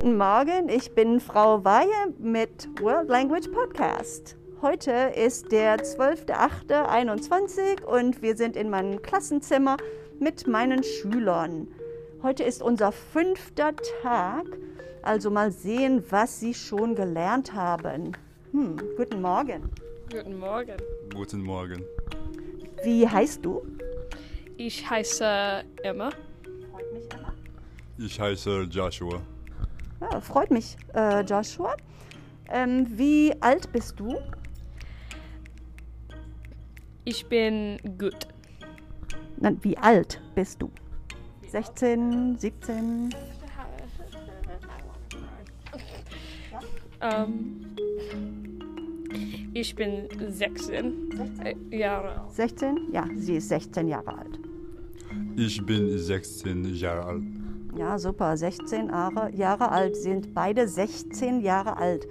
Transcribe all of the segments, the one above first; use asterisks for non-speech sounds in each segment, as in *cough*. Guten Morgen, ich bin Frau Weihe mit World Language Podcast. Heute ist der 12.08.21 und wir sind in meinem Klassenzimmer mit meinen Schülern. Heute ist unser fünfter Tag, also mal sehen, was sie schon gelernt haben. Hm, guten Morgen. Guten Morgen. Guten Morgen. Wie heißt du? Ich heiße Emma. Freut mich, Emma. Ich heiße Joshua. Ja, freut mich, äh, Joshua. Ähm, wie alt bist du? Ich bin gut. Nein, wie alt bist du? 16, 17? Ähm, ich bin 16 äh, Jahre alt. 16? Ja, sie ist 16 Jahre alt. Ich bin 16 Jahre alt. Ja, super. 16 Jahre, Jahre alt sind beide 16 Jahre alt.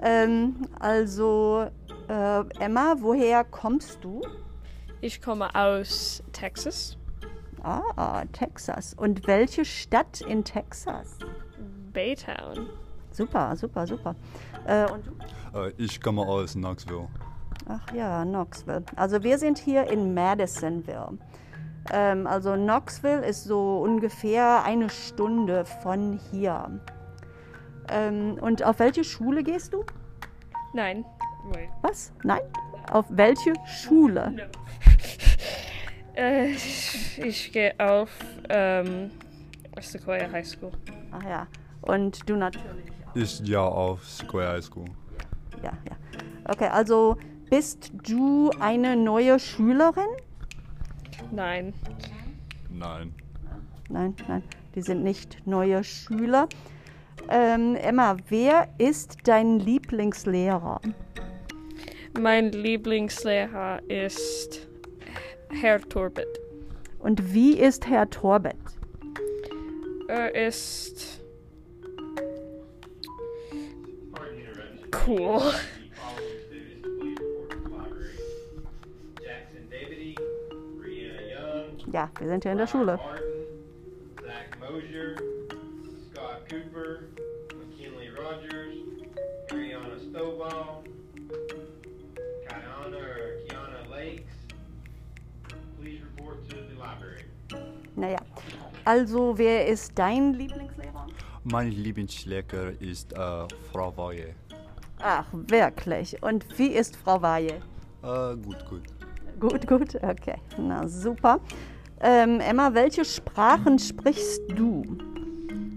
Ähm, also, äh, Emma, woher kommst du? Ich komme aus Texas, Ah, Texas. Und welche Stadt in Texas? Baytown. Super, super, super. Äh, und du? Äh, Ich komme aus Knoxville. Ach ja, Knoxville. Also wir sind hier in Madisonville. Ähm, also Knoxville ist so ungefähr eine Stunde von hier. Ähm, und auf welche Schule gehst du? Nein. Wait. Was? Nein? Auf welche Schule? *laughs* Äh, ich gehe auf ähm, Sequoia High School. Ach ja. Und du natürlich. Ich ja auf Sequoia High School. Ja, ja. Okay, also bist du eine neue Schülerin? Nein. Nein. Nein, nein, die sind nicht neue Schüler. Ähm, Emma, wer ist dein Lieblingslehrer? Mein Lieblingslehrer ist Herr Torbett. Und wie ist Herr Torbett? Er ist cool. following students to please report to the library. Jackson Davity, Brianna Young, Ja, wir sind ja in der Schule. Martin, Zach Mosier, Scott Cooper, McKinley Rogers, Ariana Stovall, Kiana or Kiana Lakes. Please report to the library. Naja, also wer ist dein Lieblingslehrer? Mein Lieblingslehrer ist äh, Frau Waje. Ach, wirklich. Und wie ist Frau Weihe? Äh, gut, gut. Gut, gut, okay. Na super. Ähm, Emma, welche Sprachen sprichst du?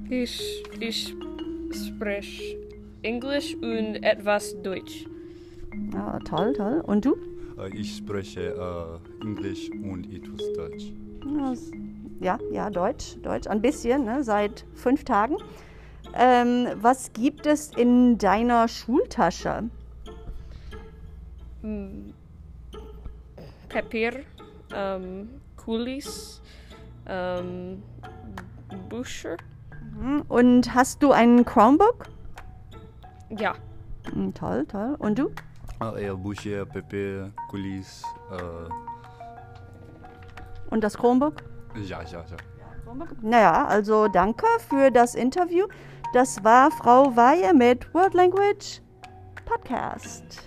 Ich, ich spreche Englisch und etwas Deutsch. Ah, toll, toll. Und du? Äh, ich spreche äh, Englisch und etwas Deutsch. Ja, s- Ja, ja, Deutsch, Deutsch, ein bisschen, ne, seit fünf Tagen. Ähm, was gibt es in deiner Schultasche? Mm, Papier, ähm, Kulis, ähm, Bücher. Hm, Und hast du einen Chromebook? Ja, Hm, Toll, toll. Und du? Äh, ja, Bücher, Papier, Kulis. Äh, Und das Chromebook? ja, ja, ja. Naja, also danke für das Interview. Das war Frau Weihe mit World Language Podcast.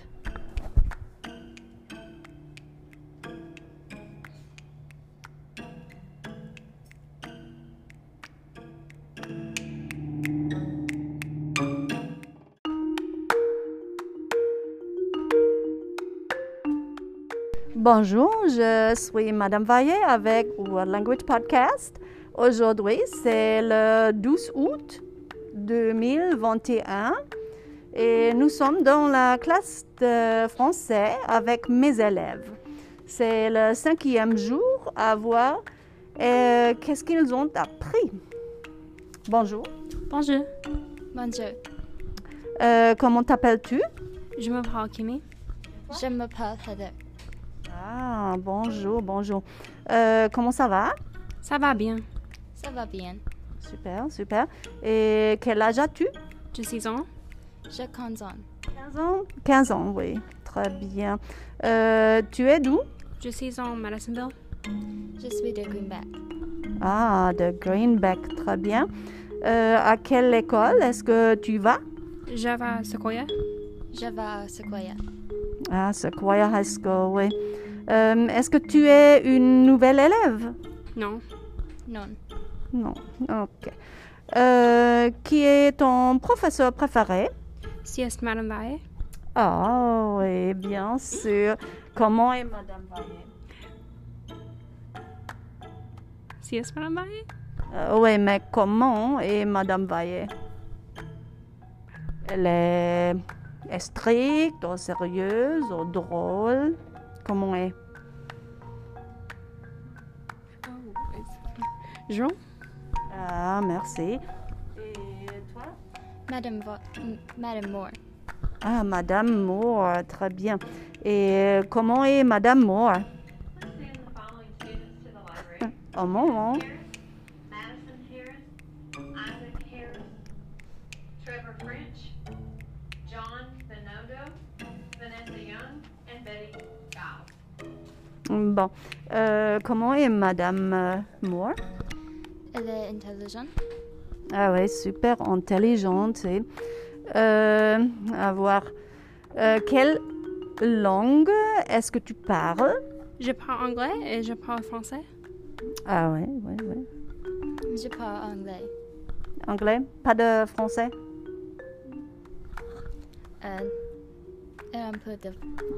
Bonjour, je suis Madame Vaillé avec World Language Podcast. Aujourd'hui, c'est le 12 août 2021 et nous sommes dans la classe de français avec mes élèves. C'est le cinquième jour à voir euh, qu'est-ce qu'ils ont appris. Bonjour, Bonjour. Bonjour. Euh, comment t'appelles-tu? Je m'appelle Kimi. Je m'appelle Heather. Ah, bonjour, bonjour. Euh, comment ça va? Ça va bien. Ça va bien. Super, super. Et quel âge as-tu? Je suis en. Je consens. 15 ans 15 ans, oui. Très bien. Euh, tu es d'où Je suis en Madisonville. Je suis de Greenback. Ah, de Greenback, très bien. Euh, à quelle école est-ce que tu vas Je vais à Sequoia. Je vais à Sequoia. Ah, Sequoia High School, oui. Euh, est-ce que tu es une nouvelle élève Non. Non. Non, ok. Euh, qui est ton professeur préféré Si est Madame Valle. Ah, oui, bien sûr. Comment est Madame Vaillet Si est Madame Valle. Euh, oui, mais comment est Madame Vaillet Elle est, est stricte, ou sérieuse, ou drôle Comment est Jean. Ah, merci. Et toi Madame, Vo- m- Madame Moore. Ah, Madame Moore, très bien. Et comment est Madame Moore Send the following students to the library. Un moment. hein. Harris, Madison Harris, Isaac Harris, Trevor French, John Benodo, Vanessa Young, and Betty Giles. Bon. Euh, comment est Madame euh, Moore Elle est intelligente. Ah ouais, super intelligente. et, Euh, à voir. Euh, quelle langue est-ce que tu parles Je parle anglais et je parle français. Ah ouais, ouais, ouais. Je parle anglais. Anglais Pas de français Euh, et un peu de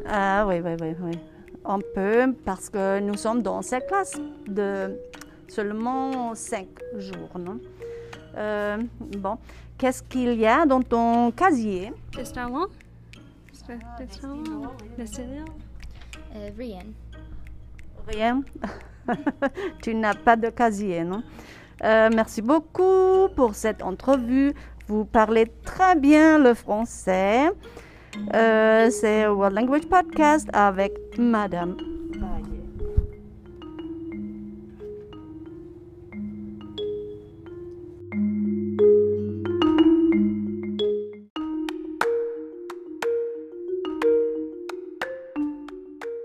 Ah oui, oui, oui, oui. Un peu, parce que nous sommes dans cette classe de seulement cinq jours, non Euh, Bon, qu'est-ce qu'il y a dans ton casier De Stalon. De Stalon. De Cyril. euh, rien. Rien. *laughs* tu n'as pas de casier, non Euh, Merci beaucoup pour cette entrevue. Vous parlez très bien le français. Euh, C'est World Language Podcast avec Madame. Bayer.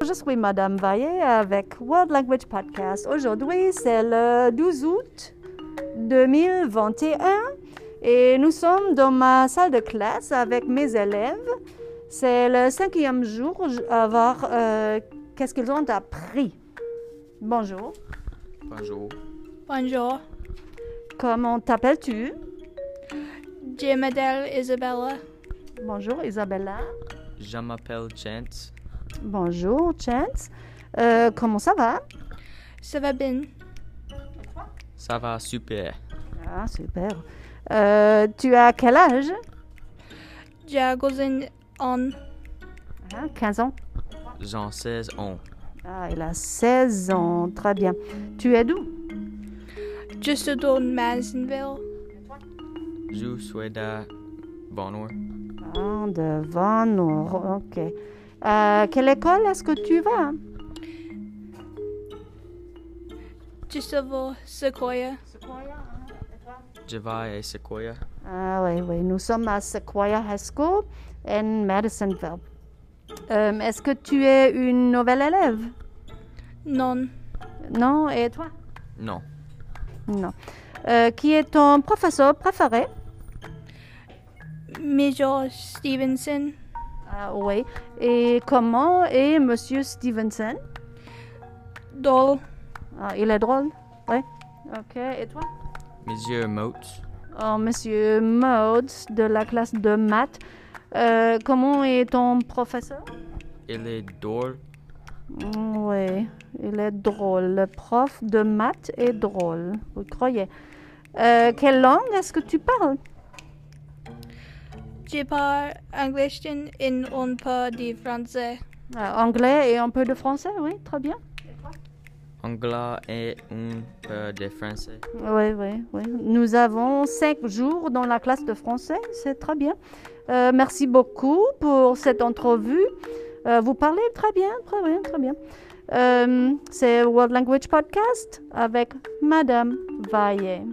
Je suis Madame Vaillet avec World Language Podcast. Aujourd'hui, c'est le 12 août 2021 et nous sommes dans ma salle de classe avec mes élèves. C'est le cinquième jour je- à voir euh, qu'est-ce qu'ils ont appris. Bonjour, Bonjour, Bonjour, comment t'appelles-tu? je m'appelle Isabella. Bonjour Isabella. je m'appelle Chance. Bonjour Chance. Euh, comment ça va? Ça va bien? Ça va super. Ah, super. Euh, tu as quel âge? J'ai cousin en Ah, 15 ans. J'en 16 ans. Ah, il a 16 ans, très bien. Tu es d'où juste dans Madisonville. Je suis de Bonheur. Ah, De Vanor, ok. À quelle école est-ce que tu vas Juste avant Sequoia. Je vais à Sequoia. Ah oui, oui, nous sommes à Sequoia High School en Madisonville. Euh, est-ce que tu es une nouvelle élève Non, Non, et toi Non, Non. Euh, qui est ton professeur préféré Major Stevenson. Ah oui. Et comment est Monsieur Stevenson Doll. Ah, Il est drôle Oui. Ok, et toi Monsieur Mote. Oh, Monsieur Maud de la classe de maths. Euh, comment est ton professeur Mm, Il est drôle. Oui, il est drôle. Le prof de maths est drôle, vous croyez. Euh, quelle langue est-ce que tu parles Je parle anglais et un peu de français. Euh, Anglais et un peu de français, oui, très bien. Anglais et un peu de français. Oui, oui, oui. Nous avons cinq jours dans la classe de français, c'est très bien. Euh, merci beaucoup pour cette entrevue. Euh, vous parlez très bien, très bien, très bien. Euh, c'est World Language Podcast avec Madame Vaillet.